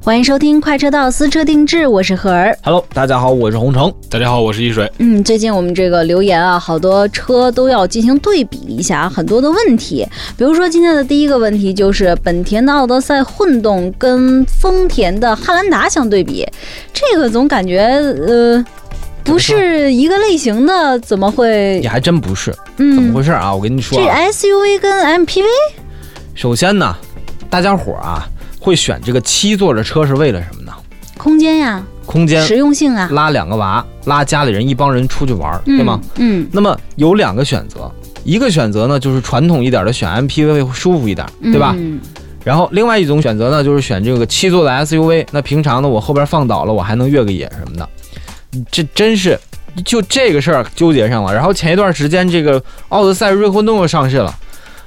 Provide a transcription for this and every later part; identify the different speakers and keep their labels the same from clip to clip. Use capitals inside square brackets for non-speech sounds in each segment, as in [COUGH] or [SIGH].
Speaker 1: 欢迎收听快车道私车定制，我是何儿。
Speaker 2: Hello，大家好，我是洪城。
Speaker 3: 大家好，我是一水。
Speaker 1: 嗯，最近我们这个留言啊，好多车都要进行对比一下啊，很多的问题。比如说今天的第一个问题就是本田的奥德赛混动跟丰田的汉兰达相对比，这个总感觉呃不是一个类型的，怎么会
Speaker 2: 也？还真不是，怎么
Speaker 1: 嗯，
Speaker 2: 回事啊？我跟你说
Speaker 1: 这
Speaker 2: 啊，
Speaker 1: SUV 跟 MPV
Speaker 2: 首先呢，大家伙儿啊会选这个七座的车是为了什么呢？
Speaker 1: 空间呀、
Speaker 2: 空间
Speaker 1: 实用性啊，
Speaker 2: 拉两个娃，拉家里人一帮人出去玩儿，对吗？
Speaker 1: 嗯？嗯
Speaker 2: 那么有两个选择，一个选择呢就是传统一点的选 MPV 会舒服一点，
Speaker 1: 嗯，
Speaker 2: 对吧？然后另外一种选择呢就是选这个七座的 SUV，那平常呢我后边放倒了我还能越个野什么的，这真是就这个事儿纠结上了。然后前一段时间这个奥德赛锐混动又上市了，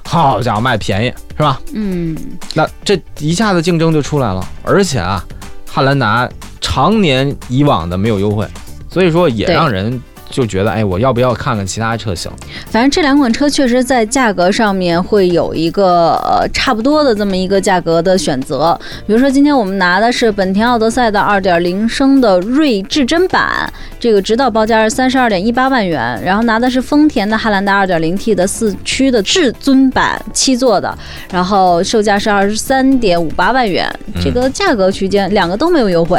Speaker 2: 好家伙卖便宜是吧？
Speaker 1: 嗯，
Speaker 2: 那这一下子竞争就出来了，而且啊，汉兰达常年以往的没有优惠，所以说也
Speaker 1: 对
Speaker 2: 让人就觉得，哎，我要不要看看其他车型？
Speaker 1: 反正这两款车确实在价格上面会有一个呃差不多的这么一个价格的选择。比如说今天我们拿的是本田奥德赛的2.0升的锐至臻版，这个指导报价是32.18万元，然后拿的是丰田的汉兰达 2.0T 的四驱的至尊版七座的，然后售价是23.58万元，这个价格区间两个都没有优惠，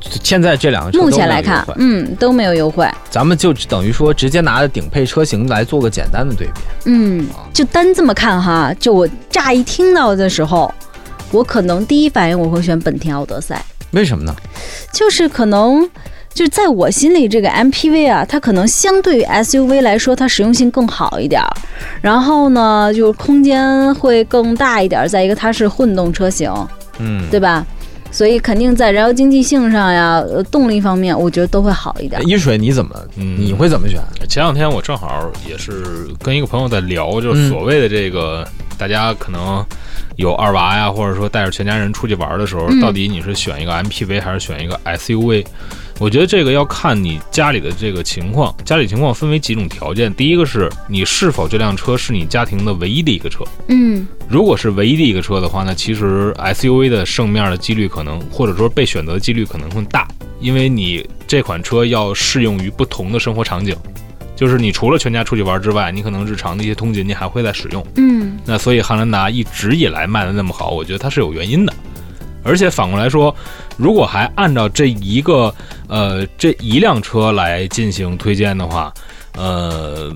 Speaker 2: 现在这两个车
Speaker 1: 目
Speaker 2: 都没
Speaker 1: 前
Speaker 2: 有
Speaker 1: 来
Speaker 2: 优
Speaker 1: 看
Speaker 2: 惠，
Speaker 1: 嗯都没有优惠，
Speaker 2: 咱们就等于说直接拿着顶配车型来做个简单的对比。
Speaker 1: 嗯，就单这么看哈，就我乍一听到的时候，我可能第一反应我会选本田奥德赛，
Speaker 2: 为什么呢？
Speaker 1: 就是可能就是在我心里这个 MPV 啊，它可能相对于 SUV 来说，它实用性更好一点儿，然后呢，就是空间会更大一点儿，再一个它是混动车型，
Speaker 2: 嗯，
Speaker 1: 对吧？所以肯定在燃油经济性上呀，呃，动力方面，我觉得都会好一点儿。
Speaker 3: 哎
Speaker 2: 一水你怎么，
Speaker 3: 嗯
Speaker 2: 你会怎么选？
Speaker 3: 前两天我正好也是跟一个朋友在聊，
Speaker 2: 嗯
Speaker 3: 就是所谓的这个、大家可能有二娃呀，或者说带着全家人出去玩的时候，
Speaker 1: 嗯
Speaker 3: 到底你是选一个 MPV 还是选一个 SUV？我觉得这个要看你家里的这个情况，家里情况分为几种条件。第一个是你是否这辆车是你家庭的唯一的一个车，
Speaker 1: 嗯
Speaker 3: 如果是唯一的一个车的话，那其实 SUV 的胜面的几率可能，或者说被选择的几率可能更大，因为你这款车要适用于不同的生活场景，就是你除了全家出去玩之外，你可能日常的一些通勤你还会在使用。
Speaker 1: 嗯
Speaker 3: 那所以汉兰达一直以来卖的那么好，我觉得它是有原因的。而且反过来说，如果还按照这一个呃这一辆车来进行推荐的话，呃，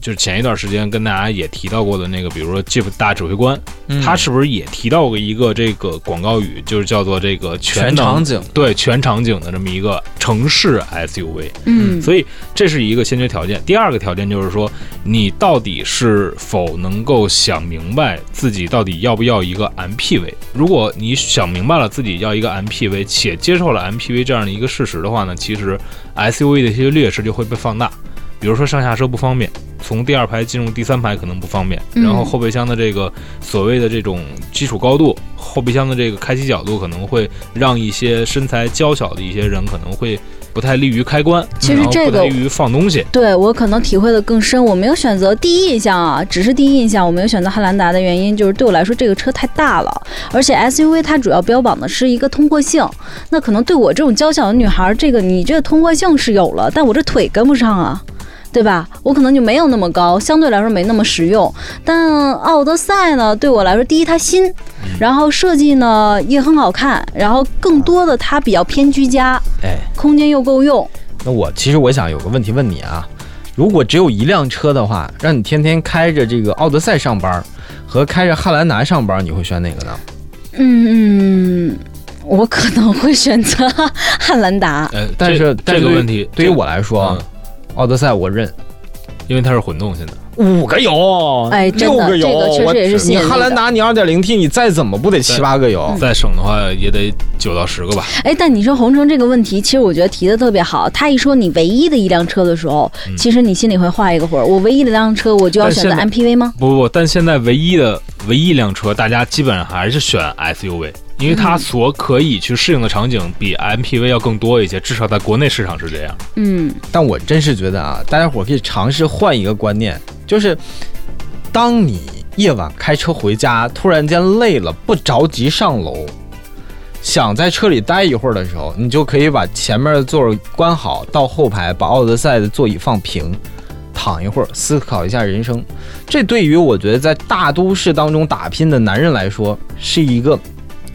Speaker 3: 就是前一段时间跟大家也提到过的那个，比如说 Jeep 大指挥官，
Speaker 2: 嗯
Speaker 3: 他是不是也提到过一个这个广告语，就是叫做这个
Speaker 2: 全
Speaker 3: 能
Speaker 2: 场景，
Speaker 3: 对全场景的这么一个城市 SUV？
Speaker 1: 嗯
Speaker 3: 所以这是一个先决条件。第二个条件就是说，你到底是否能够想明白自己到底要不要一个 MPV？如果你想明白了自己要一个 MPV，且接受了 MPV 这样的一个事实的话呢，其实 SUV 的一些劣势就会被放大。比如说上下车不方便，从第二排进入第三排可能不方便，
Speaker 1: 嗯
Speaker 3: 然后后备箱的这个所谓的这种基础高度，后备箱的这个开启角度可能会让一些身材娇小的一些人可能会不太利于开关，
Speaker 1: 其实
Speaker 3: 然后
Speaker 1: 这
Speaker 3: 不
Speaker 1: 个
Speaker 3: 太利于放东西。
Speaker 1: 对我可能体会的更深，我没有选择第一印象啊，只是第一印象我没有选择汉兰达的原因就是对我来说这个车太大了，而且 SUV 它主要标榜的是一个通过性，那可能对我这种娇小的女孩儿，这个你这个通过性是有了，但我这腿跟不上啊。对吧？我可能就没有那么高，相对来说没那么实用。但奥德赛呢，对我来说，第一它新，然后设计呢也很好看，然后更多的它比较偏居家，
Speaker 2: 哎，
Speaker 1: 空间又够用。
Speaker 2: 那我其实我想有个问题问你啊，如果只有一辆车的话，让你天天开着这个奥德赛上班，和开着汉兰达上班，你会选哪个呢？
Speaker 1: 嗯，嗯，我可能会选择 [LAUGHS] 汉兰达。
Speaker 3: 呃，
Speaker 2: 但是
Speaker 3: 这
Speaker 2: 但
Speaker 3: 这
Speaker 2: 是
Speaker 3: 个问题
Speaker 2: 对于，我啊来说，
Speaker 3: 嗯
Speaker 2: 奥德赛我认，
Speaker 3: 因为它是混动，现在
Speaker 2: 五个油，
Speaker 1: 哎真的
Speaker 2: 六个油，
Speaker 1: 这个确实
Speaker 2: 我
Speaker 1: 也是吸
Speaker 2: 你
Speaker 1: 引力的
Speaker 2: 汉兰达你二点零 T 你再怎么不得七八个
Speaker 1: 嗯
Speaker 2: 油？
Speaker 3: 再省的话也得九到十个吧。
Speaker 1: 哎，但你说红城这个问题，其实我觉得提的特别好。他一说你唯一的一辆车的时候，其实你心里会画一个魂儿。我唯一的一辆车，我就要
Speaker 3: 但
Speaker 1: 选择
Speaker 3: 现在
Speaker 1: MPV 吗？
Speaker 3: 不不不，但现在唯一的唯一一辆车，大家基本上还是选 SUV，因为它所可以去适应的场景比 MPV 要更多一些，至少在国内市场是这样。
Speaker 1: 嗯，
Speaker 2: 但我真是觉得啊，大家伙儿可以尝试换一个观念，就是当你夜晚开车回家，突然间累了，不着急上楼，想在车里待一会儿的时候，你就可以把前面的座儿关好，到后排把奥德赛的座椅放平。躺一会儿，思考一下人生，这对于我觉得在大都市当中打拼的男人来说，是一个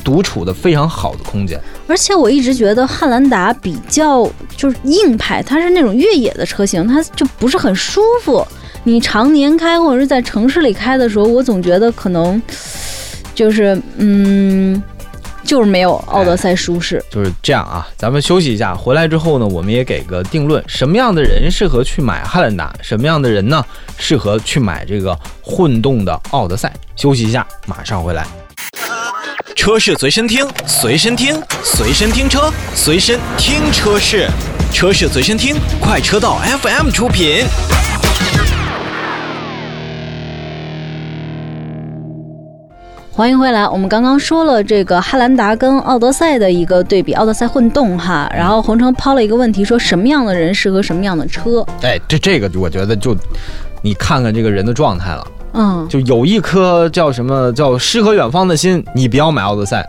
Speaker 2: 独处的非常好的空间。
Speaker 1: 而且我一直觉得汉兰达比较就是硬派，它是那种越野的车型，它就不是很舒服。你常年开或者是在城市里开的时候，我总觉得可能就是嗯，就是没有奥德赛舒适。
Speaker 2: 就是这样啊，咱们休息一下，回来之后呢，我们也给个定论，什么样的人适合去买汉兰达，什么样的人呢适合去买这个混动的奥德赛？休息一下，马上回来。
Speaker 4: 车是随身听，随身听，随身听车，随身听车是，车是随身听，快车道 FM 出品。
Speaker 1: 欢迎回来，我们刚刚说了这个汉兰达跟奥德赛的一个对比，奥德赛混动哈，然后红城抛了一个问题，说什么样的人适合什么样的车？
Speaker 2: 哎，这这个我觉得就你看看这个人的状态了，
Speaker 1: 嗯，
Speaker 2: 就有一颗叫什么叫诗和远方的心，你不要买奥德赛。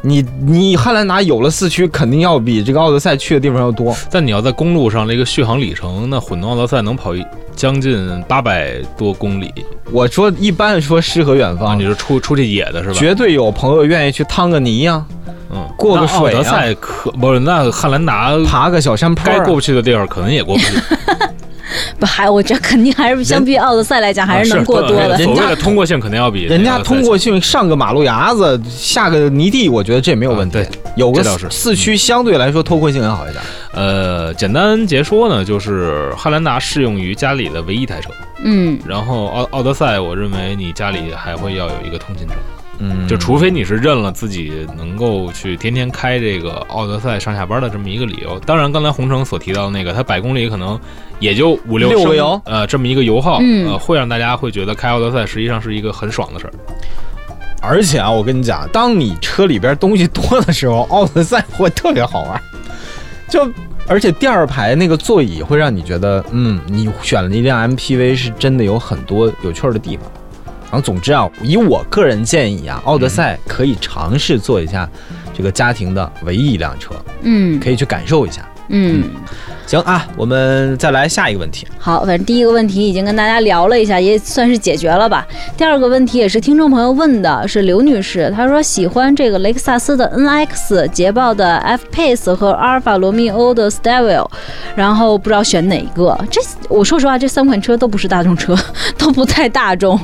Speaker 2: 你你汉兰达有了四驱，肯定要比这个奥德赛去的地方要多。
Speaker 3: 但你要在公路上这个续航里程，那混动奥德赛能跑一将近八百多公里
Speaker 2: 我说一般说诗和远
Speaker 3: 啊！
Speaker 2: 方，
Speaker 3: 你是出出去野的是吧？
Speaker 2: 绝对有朋友愿意去趟个泥呀、
Speaker 3: 嗯，
Speaker 2: 过个
Speaker 3: 那
Speaker 2: 水啊
Speaker 3: 奥德赛可不是，那汉兰达
Speaker 2: 爬个小山坡、啊，
Speaker 3: 该过不去的地方可能也过不去，
Speaker 1: [LAUGHS] 不还我觉得肯定还是相比奥德赛来讲 [LAUGHS] 还是能过多
Speaker 3: [LAUGHS] 啊
Speaker 1: 的
Speaker 2: 人
Speaker 3: 是。所
Speaker 2: 家
Speaker 3: 谓的通过性肯定要比
Speaker 2: 人家通过
Speaker 3: 性
Speaker 2: 去上个马路牙子，下个泥地，我觉得这没有问题。
Speaker 3: 啊
Speaker 2: 有个
Speaker 3: 这倒是
Speaker 2: 四驱相对来说脱困性很好一点。
Speaker 3: 呃，简单截说呢，就是汉兰达适用于家里的唯一一台车，
Speaker 1: 嗯
Speaker 3: 然后奥奥德赛，我认为你家里还会要有一个通勤车，
Speaker 2: 嗯
Speaker 3: 就除非你是认了自己能够去天天开这个奥德赛上下班的这么一个理由。当然，刚才洪城所提到的那个，它百公里可能也就五六
Speaker 2: 六
Speaker 3: 升
Speaker 2: 个油
Speaker 3: 呃这么一个油耗，
Speaker 1: 嗯
Speaker 3: 呃，会让大家会觉得开奥德赛实际上是一个很爽的事儿。
Speaker 2: 而且啊，我跟你讲，当你车里边东西多的时候，奥德赛会特别好玩。就而且第二排那个座椅会让你觉得，嗯，你选了一辆 MPV 是真的有很多有趣儿的地方。然后总之啊，以我个人建议啊，奥德赛可以尝试做一下这个家庭的唯一一辆车，
Speaker 1: 嗯
Speaker 2: 可以去感受一下。
Speaker 1: 嗯，
Speaker 2: 行啊，我们再来下一个问题。
Speaker 1: 好，反正第一个问题已经跟大家聊了一下，也算是解决了吧。第二个问题也是听众朋友问的，是刘女士，她说喜欢这个雷克萨斯的 NX、捷豹的 F Pace 和阿尔法罗密欧的 Stelvio，然后不知道选哪个。这我说实话，这三款车都不是大众车，都不太大众，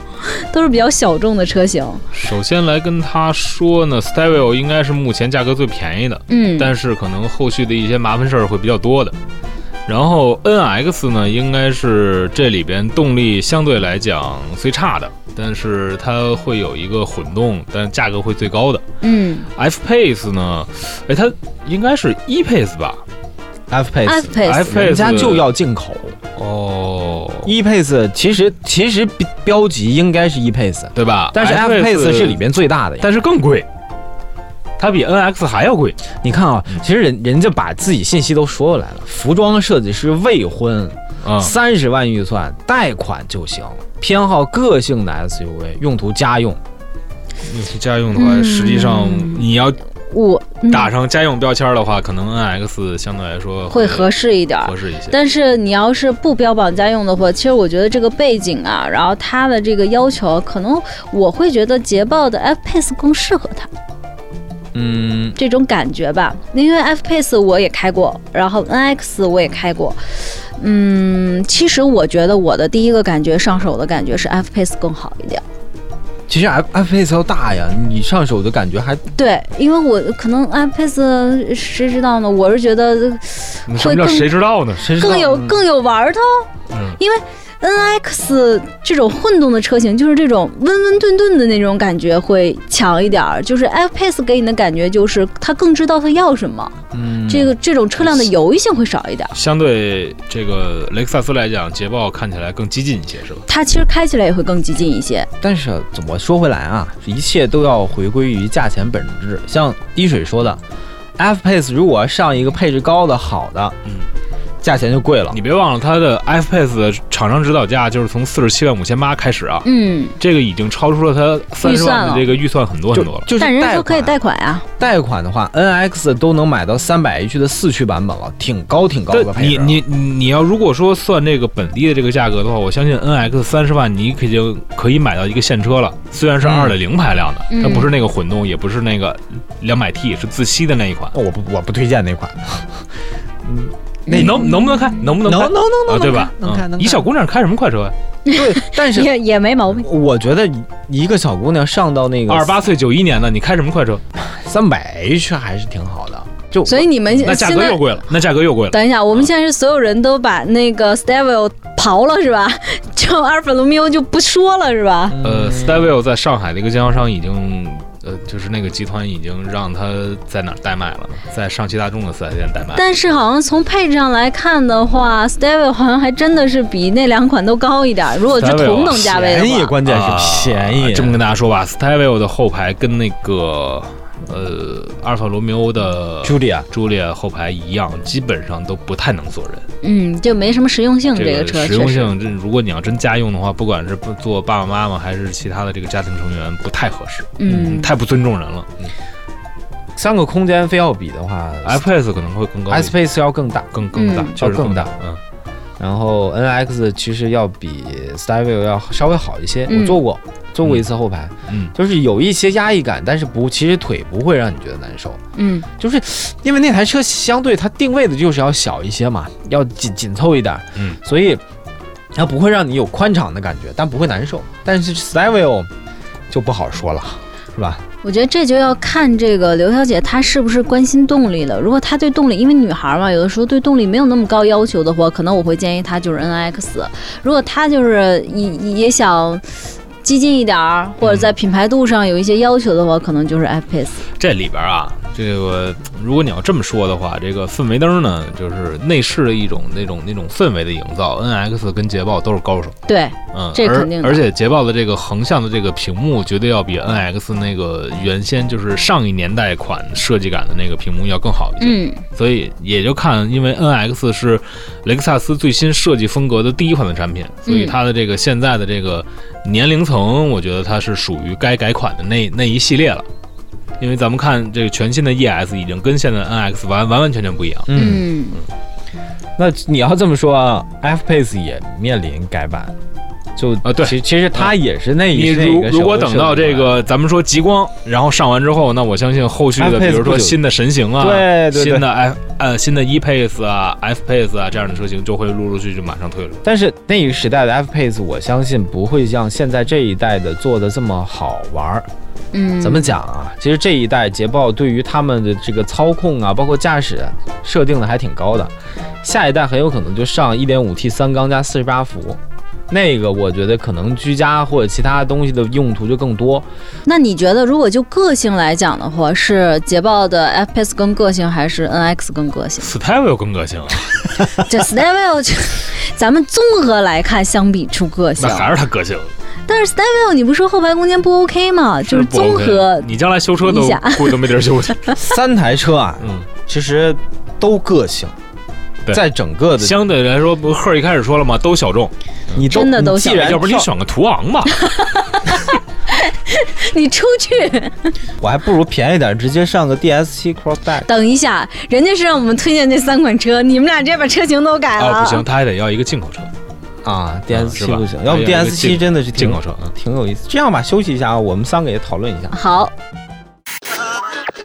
Speaker 1: 都是比较小众的车型。
Speaker 3: 首先来跟他说呢，Stelvio 应该是目前价格最便宜的，
Speaker 1: 嗯，
Speaker 3: 但是可能后续的一些麻烦事儿会比较多的。然后 NX 呢，应该是这里边动力相对来讲最差的，但是它会有一个混动，但价格会最高的。
Speaker 1: 嗯
Speaker 3: F Pace 呢，哎，它应该是 E Pace 吧
Speaker 2: F Pace
Speaker 1: ，F Pace，
Speaker 3: ？F
Speaker 2: 人
Speaker 3: Pace
Speaker 2: 家就要进口。
Speaker 3: 哦，
Speaker 2: E Pace 其实其实标标级应该是 E Pace，
Speaker 3: 对吧？
Speaker 2: 但是 F Pace 是里，边最大的。
Speaker 3: 但是更贵，它比 NX 还要贵。
Speaker 2: 你看啊，其实人人家把自己信息都说过来了，服装设计师未婚，
Speaker 3: 嗯，
Speaker 2: 三十万预算，贷款就行，偏好个性的 SUV，用途家用。
Speaker 3: 家用的话，实际上
Speaker 1: 嗯
Speaker 3: 你要
Speaker 1: 我嗯
Speaker 3: 打上家用标签儿的话，可能 NX 相对来说
Speaker 1: 会合适一点儿
Speaker 3: 合。适一些。
Speaker 1: 但是你要是不标榜家用的话，其实我觉得这个背景啊，然后它的这个要求，可能我会觉得捷豹的 F Pace 更适合它
Speaker 2: 嗯，
Speaker 1: 这种感觉吧。因为 F Pace 我也开过，然后 NX 我也开过，嗯，其实我觉得我的第一个感觉上手的感觉是 F Pace 更好一点。
Speaker 2: 其实 F F Pace 要大呀，你上手的感觉还
Speaker 1: 对，因为我可能 F Pace 谁知道呢？我是觉得
Speaker 3: 什么叫
Speaker 1: 会更
Speaker 3: 谁知道呢？
Speaker 2: 谁知道
Speaker 1: 更有
Speaker 2: 呢
Speaker 1: 更有玩头哦
Speaker 3: 嗯，
Speaker 1: 因为 NX 这种混动的车型，就是这种温温顿顿的那种感觉会强一点儿。就是 F Pace 给你的感觉就是它更知道它要什么，
Speaker 2: 嗯，
Speaker 1: 这个这种车辆的犹豫性会少一点儿。
Speaker 3: 相对这个雷克萨斯来讲，捷豹看起来更激进一些，是吧？
Speaker 1: 它其实开起来也会更激进一些。
Speaker 2: 但是我说回来啊，一切都要回归于价钱本质。像滴水说的，F Pace 如果上一个配置高的好的，
Speaker 3: 嗯，
Speaker 2: 价钱就贵了。
Speaker 3: 你别忘了它的 F Pace 的厂商指导价就是从四十七万五千八开始啊，
Speaker 1: 嗯，
Speaker 3: 这个已经超出了它三
Speaker 1: 预
Speaker 3: 十
Speaker 1: 算
Speaker 3: 万的
Speaker 1: 了
Speaker 3: 这个预算很多
Speaker 2: 就
Speaker 3: 很多了。
Speaker 2: 就是
Speaker 1: 但人家说可以
Speaker 2: 贷
Speaker 1: 贷款啊呀、
Speaker 2: 款啊贷款的话，NX 都能买到三百 H 的四驱版本了，挺高挺高的
Speaker 3: 但
Speaker 2: 配置
Speaker 3: 你
Speaker 2: 了。啊
Speaker 3: 你你你要如果说算这个本地的这个价格的话，我相信 NX 三十万你已经可以买到一个现车了，虽然是
Speaker 2: 嗯
Speaker 3: 二点零排量的，
Speaker 1: 嗯
Speaker 3: 它不是那个混动，也不是那个两百 T，是自吸的那一款。
Speaker 2: 哦我不我不推荐那款，嗯，那
Speaker 3: 你能能不能开？能不
Speaker 2: 能
Speaker 3: 能开
Speaker 2: 能？能
Speaker 3: 啊，
Speaker 2: 能
Speaker 3: 对吧？
Speaker 2: 能看能
Speaker 3: 嗯一小姑娘开什么快车呀？
Speaker 2: 对，但是
Speaker 1: [LAUGHS] 也也没毛病。
Speaker 2: 我觉得一个小姑娘上到那个
Speaker 3: 二十八岁九一年的，你开什么快车？
Speaker 2: 三百 H 还是挺好的，就
Speaker 1: 所以你们
Speaker 3: 那
Speaker 1: 现
Speaker 3: 价格又嗯
Speaker 1: 在
Speaker 3: 贵了，那价格又贵了。
Speaker 1: 等一下，我们现在是所有人都把那个 Stelvio 刨了是吧？ [LAUGHS] 就阿尔法罗密欧就不说了是吧？
Speaker 3: 呃 s t e v i o 在上海的一个经销商已经，呃，就是那个集团已经让他在哪儿代卖了，在上汽大众的四 S 店代卖。
Speaker 1: 但是好像从配置上来看的话，Stelvio 好像还真的是比那两款都高一点儿。如果是
Speaker 3: Stelvio
Speaker 1: 同等价位的
Speaker 2: 便宜，
Speaker 1: 话，
Speaker 2: 关键
Speaker 3: 啊
Speaker 2: 是便宜。嗯
Speaker 3: 这么跟大家说吧 s t e v i o 的后排跟那个呃阿尔法罗密欧的
Speaker 2: Julia，
Speaker 3: 朱列后排一样，基本上都不太能坐人。
Speaker 1: 嗯，就没什么实用性。
Speaker 3: 这
Speaker 1: 这个车
Speaker 3: 实
Speaker 1: 确
Speaker 3: 用
Speaker 1: 实，
Speaker 3: 性，这如果你要真家用的话，不管是不做爸爸妈妈还是其他的这个家庭成员，不太合适，
Speaker 1: 嗯，
Speaker 3: 太不尊重人了。
Speaker 2: 三个空间非要比的话
Speaker 3: F S 可能会更高一
Speaker 2: S
Speaker 3: 些，
Speaker 2: Pace 要更大，
Speaker 3: 更更大，
Speaker 1: 嗯
Speaker 3: 确实
Speaker 2: 要更大
Speaker 3: 大。嗯，
Speaker 2: 然后 NX 其实要比 s t y l e 要稍微好一些。
Speaker 1: 嗯
Speaker 2: 我坐过，坐过一次后排，
Speaker 3: 嗯
Speaker 2: 就是有一些压抑感，但是不，其实腿不会让你觉得难受，
Speaker 1: 嗯，
Speaker 2: 就是因为那台车相对它定位的就是要小一些嘛，要紧紧凑一点，
Speaker 3: 嗯，
Speaker 2: 所以它不会让你有宽敞的感觉，但不会难受。但是 s t y l e 就不好说了，是吧？
Speaker 1: 我觉得这就要看这个刘小姐她是不是关心动力了。如果她对动力，因为女孩嘛，有的时候对动力没有那么高要求的话，可能我会建议她就是 NX。如果她就是也也想激进一点儿，或者在品牌度上有一些要求的话，可能就是 F Pace。
Speaker 3: 这里边啊，这个如果你要这么说的话，这个氛围灯呢，就是内饰的一种那种那种氛围的营造。N X 跟捷豹都是高手，
Speaker 1: 对，
Speaker 3: 嗯，
Speaker 1: 这肯定的
Speaker 3: 而而且捷豹的这个横向的这个屏幕绝对要比 N X 那个原先就是上一年代款设计感的那个屏幕要更好一些。
Speaker 1: 嗯
Speaker 3: 所以也就看，因为 NX 是雷克萨斯最新设计风格的第一款的产品，所以它的这个现在的这个年龄层，我觉得它是属于该改款的那那一系列了。因为咱们看这个全新的 ES 已经跟现在 NX 完完完全全不一样，
Speaker 1: 嗯，
Speaker 2: 那你要这么说啊，F Pace 也面临改版，就
Speaker 3: 啊对
Speaker 2: 其其实它也是那
Speaker 3: 你
Speaker 2: 一
Speaker 3: 如如果等到这。
Speaker 2: 是一个手工设计的
Speaker 3: 个咱们说极光，然后上完之后，那我相信后续的，比
Speaker 2: F-Pace
Speaker 3: 如说
Speaker 2: 不久
Speaker 3: 新的神行啊，
Speaker 2: 对对对
Speaker 3: 新的 F 呃新的 E Pace 啊，F Pace 啊这样的车型就会陆陆续续马上推出。
Speaker 2: 但是那个时代的 F Pace，我相信不会像现在这一代的做的这么好玩儿。
Speaker 1: 嗯，
Speaker 2: 怎么讲啊？其实这一代捷豹对于他们的这个操控啊，包括驾驶设定的还挺高的。下一代很有可能就上 1.5T 三缸加48伏，那个我觉得可能居家或者其他东西的用途就更
Speaker 1: [LAUGHS]
Speaker 2: 多。
Speaker 1: 那你觉得，如果就个性来讲的话，是捷豹的 F Pace 更个性，还是 NX 更个
Speaker 3: [LAUGHS]
Speaker 1: 性？
Speaker 3: s t y l e 有更个性啊，
Speaker 1: 这 Style 就咱们综合来看，相比出个性
Speaker 3: 那。还是它个性。
Speaker 1: 但是 Style 你不说后排空间不 OK 吗？就是
Speaker 3: 不 OK
Speaker 1: 综合， [LAUGHS]
Speaker 3: 你将来修车
Speaker 1: 一
Speaker 3: 都
Speaker 1: 下
Speaker 3: [LAUGHS] 估计都没地
Speaker 2: [LAUGHS]
Speaker 3: 儿修去。
Speaker 2: 三台车啊，
Speaker 3: 嗯，
Speaker 2: 其实都个性，
Speaker 3: 对
Speaker 2: 在整个的
Speaker 3: 相对来说，不赫儿一开始说了吗？都小众，
Speaker 2: 你
Speaker 1: 真的都
Speaker 2: 你既然
Speaker 3: 要不你
Speaker 2: 跳
Speaker 3: 选个途昂吧？
Speaker 1: 你出去。
Speaker 2: 我还不如便宜点，直接上个 DS 七 Crossback。
Speaker 1: 等一下，人家是让我们推荐这三款车，你们俩直接把车型都改了。
Speaker 3: 啊，不行，他还得要一个进口车，
Speaker 2: 啊
Speaker 3: 嗯
Speaker 2: ，DS
Speaker 3: 是
Speaker 2: 七
Speaker 3: 吧
Speaker 2: 不行，要不
Speaker 3: 哎呀
Speaker 2: DS 七真的是挺
Speaker 3: 进口车。嗯
Speaker 2: 挺有意思。这样吧，休息一下啊，我们三个也讨论一下。
Speaker 1: 好，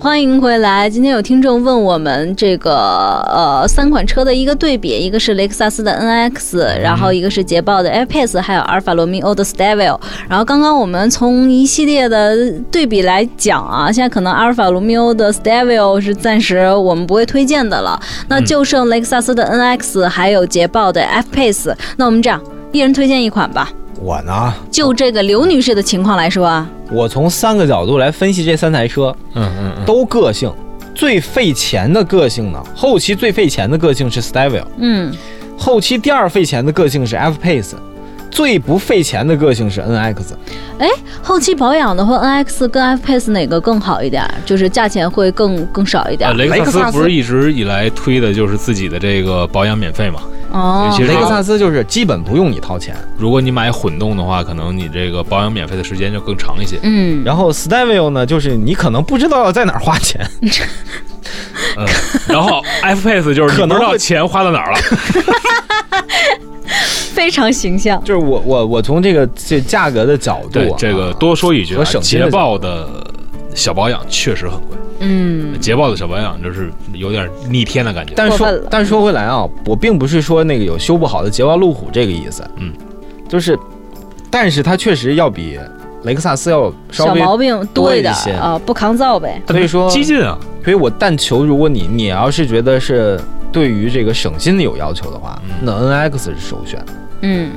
Speaker 1: 欢迎回来。今天有听众问我们这个呃三款车的一个对比，一个是雷克萨斯的 NX，然后一个是捷豹的 Air Pace，还有阿尔法罗密欧的 Stelvio。然后刚刚我们从一系列的对比来讲啊，现在可能阿尔法罗密欧的 Stelvio 是暂时我们不会推荐的了，那就剩雷克萨斯的 NX 还有捷豹的 F Pace。那我们这样，一人推荐一款吧。
Speaker 2: 我呢，
Speaker 1: 就这个刘女士的情况来说啊，
Speaker 2: 我从三个角度来分析这三台车，
Speaker 3: 嗯嗯嗯，
Speaker 2: 都个性。最费钱的个性呢，后期最费钱的个性是 Stelvio，
Speaker 1: 嗯，
Speaker 2: 后期第二费钱的个性是 F Pace，最不费钱的个性是 NX。
Speaker 1: 后期保养的话，NX 跟 F Pace 哪个更好一点？就是价钱会更更少一点
Speaker 3: 啊，。雷克
Speaker 2: 雷克萨
Speaker 3: 萨
Speaker 2: 斯
Speaker 3: 斯不是一直以来推的就是自己的这个保养免费嘛？
Speaker 1: 哦
Speaker 3: 尤其是
Speaker 2: 雷克萨斯就是基本不用你掏钱，
Speaker 3: 如果你买混动的话，可能你这个保养免费的时间就更长
Speaker 2: [LAUGHS]
Speaker 3: 一些。
Speaker 1: 嗯，
Speaker 2: 然后 Stelvio 呢，就是你可能不知道要在哪儿花钱，
Speaker 3: 嗯，然后 F Pace 就是
Speaker 2: 可
Speaker 3: 你不
Speaker 2: 能会
Speaker 3: 知道钱花到哪儿了。
Speaker 1: 非常形象。
Speaker 2: 就是我我我从这个这价格的角度
Speaker 3: 对
Speaker 2: 啊，，
Speaker 3: 这个多说一句、啊，
Speaker 2: 和省心
Speaker 3: 捷
Speaker 2: 的
Speaker 3: 豹的小保养确实很贵，
Speaker 1: 嗯，
Speaker 3: 捷豹的小保养就是有点逆天的感觉。
Speaker 2: 但
Speaker 1: 过
Speaker 2: 说
Speaker 1: 分了
Speaker 2: 但说回来啊，我并不是说那个有修不好的捷豹路虎这个意思，
Speaker 3: 嗯，
Speaker 2: 就是，但是它确实要比雷克萨斯要稍
Speaker 1: 小
Speaker 2: 微，
Speaker 1: 毛病多
Speaker 2: 多
Speaker 1: 一
Speaker 2: 一
Speaker 1: 点
Speaker 2: 些
Speaker 1: 啊，不抗造呗。
Speaker 2: 所以说，
Speaker 3: 激进啊，
Speaker 2: 所以我但求如果你你要是觉得是对于这个省心的有要求的话
Speaker 3: 嗯，
Speaker 2: 那 NX 是首选。
Speaker 1: 嗯，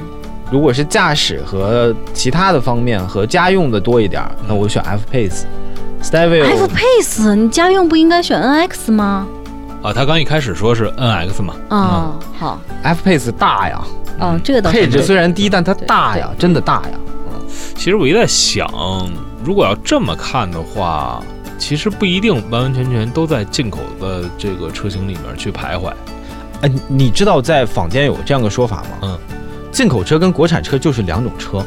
Speaker 2: 如果是驾驶和其他的方面和家用的多一点儿，那我选 F Pace。
Speaker 1: F
Speaker 2: Stelvio
Speaker 1: Pace，你家用不应该选 NX 吗？
Speaker 3: 啊，他刚一开始说是 N X 嘛，
Speaker 1: 啊，好，
Speaker 2: F Pace 大呀，
Speaker 1: 嗯，这个倒是
Speaker 2: 配置
Speaker 1: 对
Speaker 2: 虽然低，但它大呀，真的大呀。
Speaker 3: 其实我一直在想，如果要这么看的话，其实不一定完完全全都在进口的这个车型里面去徘徊。
Speaker 2: 哎，你你知道在坊间有这样个说法吗？
Speaker 3: 嗯，
Speaker 2: 进口车跟国产车就是两种车。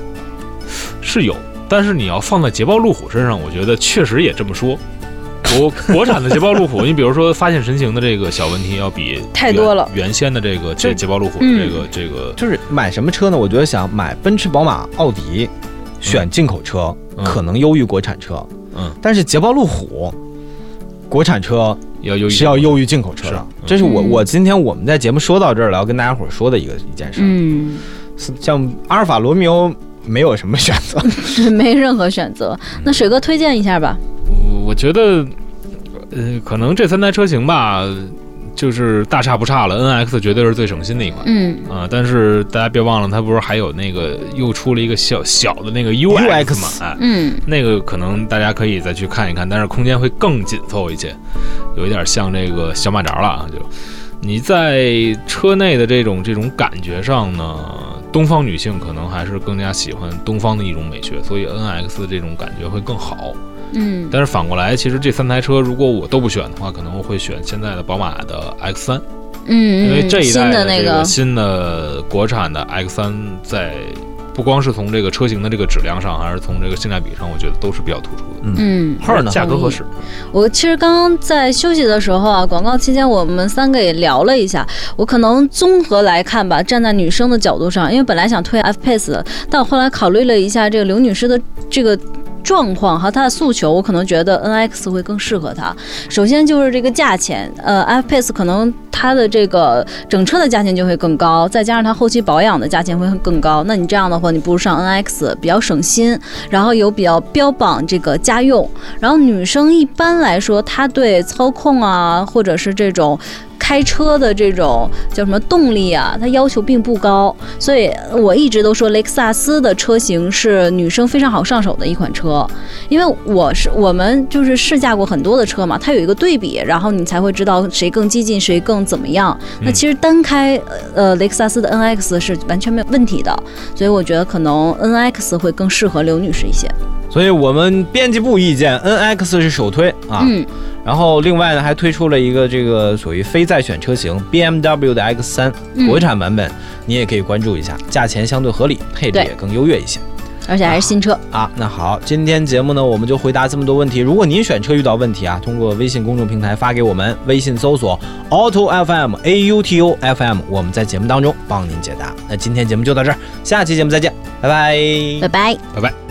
Speaker 3: 是有，但是你要放在捷豹路虎身上，我觉得确实也这么说。国 [LAUGHS] 国产的捷豹路虎，你比如说发现神行的这个小问题，要比
Speaker 1: 太
Speaker 3: 原
Speaker 1: 多了嗯
Speaker 3: 原先的这个
Speaker 2: 这
Speaker 3: 捷捷豹路虎的这个、这个，
Speaker 2: 就是买什么车呢？我觉得想买奔驰、宝马、奥迪，选进口车、
Speaker 3: 嗯
Speaker 2: 可能优于国产车。
Speaker 3: 嗯，
Speaker 2: 但是捷豹路虎，国产车
Speaker 3: 要优于
Speaker 2: 是要优于进口车
Speaker 3: 是
Speaker 2: 的
Speaker 3: 嗯。
Speaker 2: 这是我
Speaker 1: 嗯
Speaker 2: 我今天我们在节目说到这儿了，要跟大家伙儿说的一个一件事儿。
Speaker 1: 嗯， [LAUGHS]
Speaker 2: 像阿尔法罗密欧没有什么选择，
Speaker 1: 没任何选择。那水哥推荐一下吧。
Speaker 3: 我我觉得，呃，可能这三台车型吧，就是大差不差了。N X 绝对是最省心的一款。
Speaker 1: 嗯，
Speaker 3: 啊、但是大家别忘了，它不是还有那个又出了一个小小的那个 UX 嘛？哎，
Speaker 1: 嗯，
Speaker 3: 那个可能大家可以再去看一看，但是空间会更紧凑一些，有一点像这个小马扎了啊。就你在车内的这种这种感觉上呢，东方女性可能还是更加喜欢东方的一种美学，所以 NX 这种感觉会更好。
Speaker 1: 嗯，
Speaker 3: 但是反过来，其实这三台车如果我都不选的话，可能我会选现在的宝马的 X 三。
Speaker 1: 嗯，
Speaker 3: 因为这一代
Speaker 1: 新的
Speaker 3: 这
Speaker 1: 那
Speaker 3: 个
Speaker 1: 个，
Speaker 3: 新的国产的 X 三，在不光是从这个车型的这个质量上，还是从这个性价比上，我觉得都是比较突出的。
Speaker 1: 嗯，
Speaker 2: 号呢
Speaker 3: 价格合适，
Speaker 1: 我其实刚刚在休息的时候啊，广告期间我们三个也聊了一下，我可能综合来看吧，站在女生的角度上，因为本来想推 F Pace 的，但我后来考虑了一下这个刘女士的这个。状况和她的诉求，我可能觉得 NX 会更适合她。首先就是这个价钱，呃，F Pace 可能它的这个整车的价钱就会更高，再加上它后期保养的价钱会更高。那你这样的话，你不如上 NX 比较省心，然后有比较标榜这个家用，然后女生一般来说，她对操控啊，或者是这种。开车的这种叫什么动力啊，它要求并不高，所以我一直都说雷克萨斯的车型是女生非常好上手的一款车，因为我是我们就是试驾过很多的车嘛，它有一个对比，然后你才会知道谁更激进，谁更怎么样。那其实单开呃呃雷克萨斯的 NX 是完全没有问题的，所以我觉得可能 NX 会更适合刘女士一些。
Speaker 2: 所以我们编辑部意见，NX 是首推啊。
Speaker 1: 嗯
Speaker 2: 然后另外呢，还推出了一个这个属于非在选车型 BMW 的 X 三
Speaker 1: 嗯
Speaker 2: 国产版本，你也可以关注一下，价钱相对合理，配置
Speaker 1: 对
Speaker 2: 也更优越一些
Speaker 1: 而且还是新车。
Speaker 2: 啊。那好，今天节目呢，我们就回答这么多问题。如果您选车遇到问题啊，通过微信公众平台发给我们，微信搜索 Auto FM A U T O F M，我们在节目当中帮您解答。那今天节目就到这儿，下期节目再见，拜拜
Speaker 1: 拜拜。
Speaker 3: 拜拜。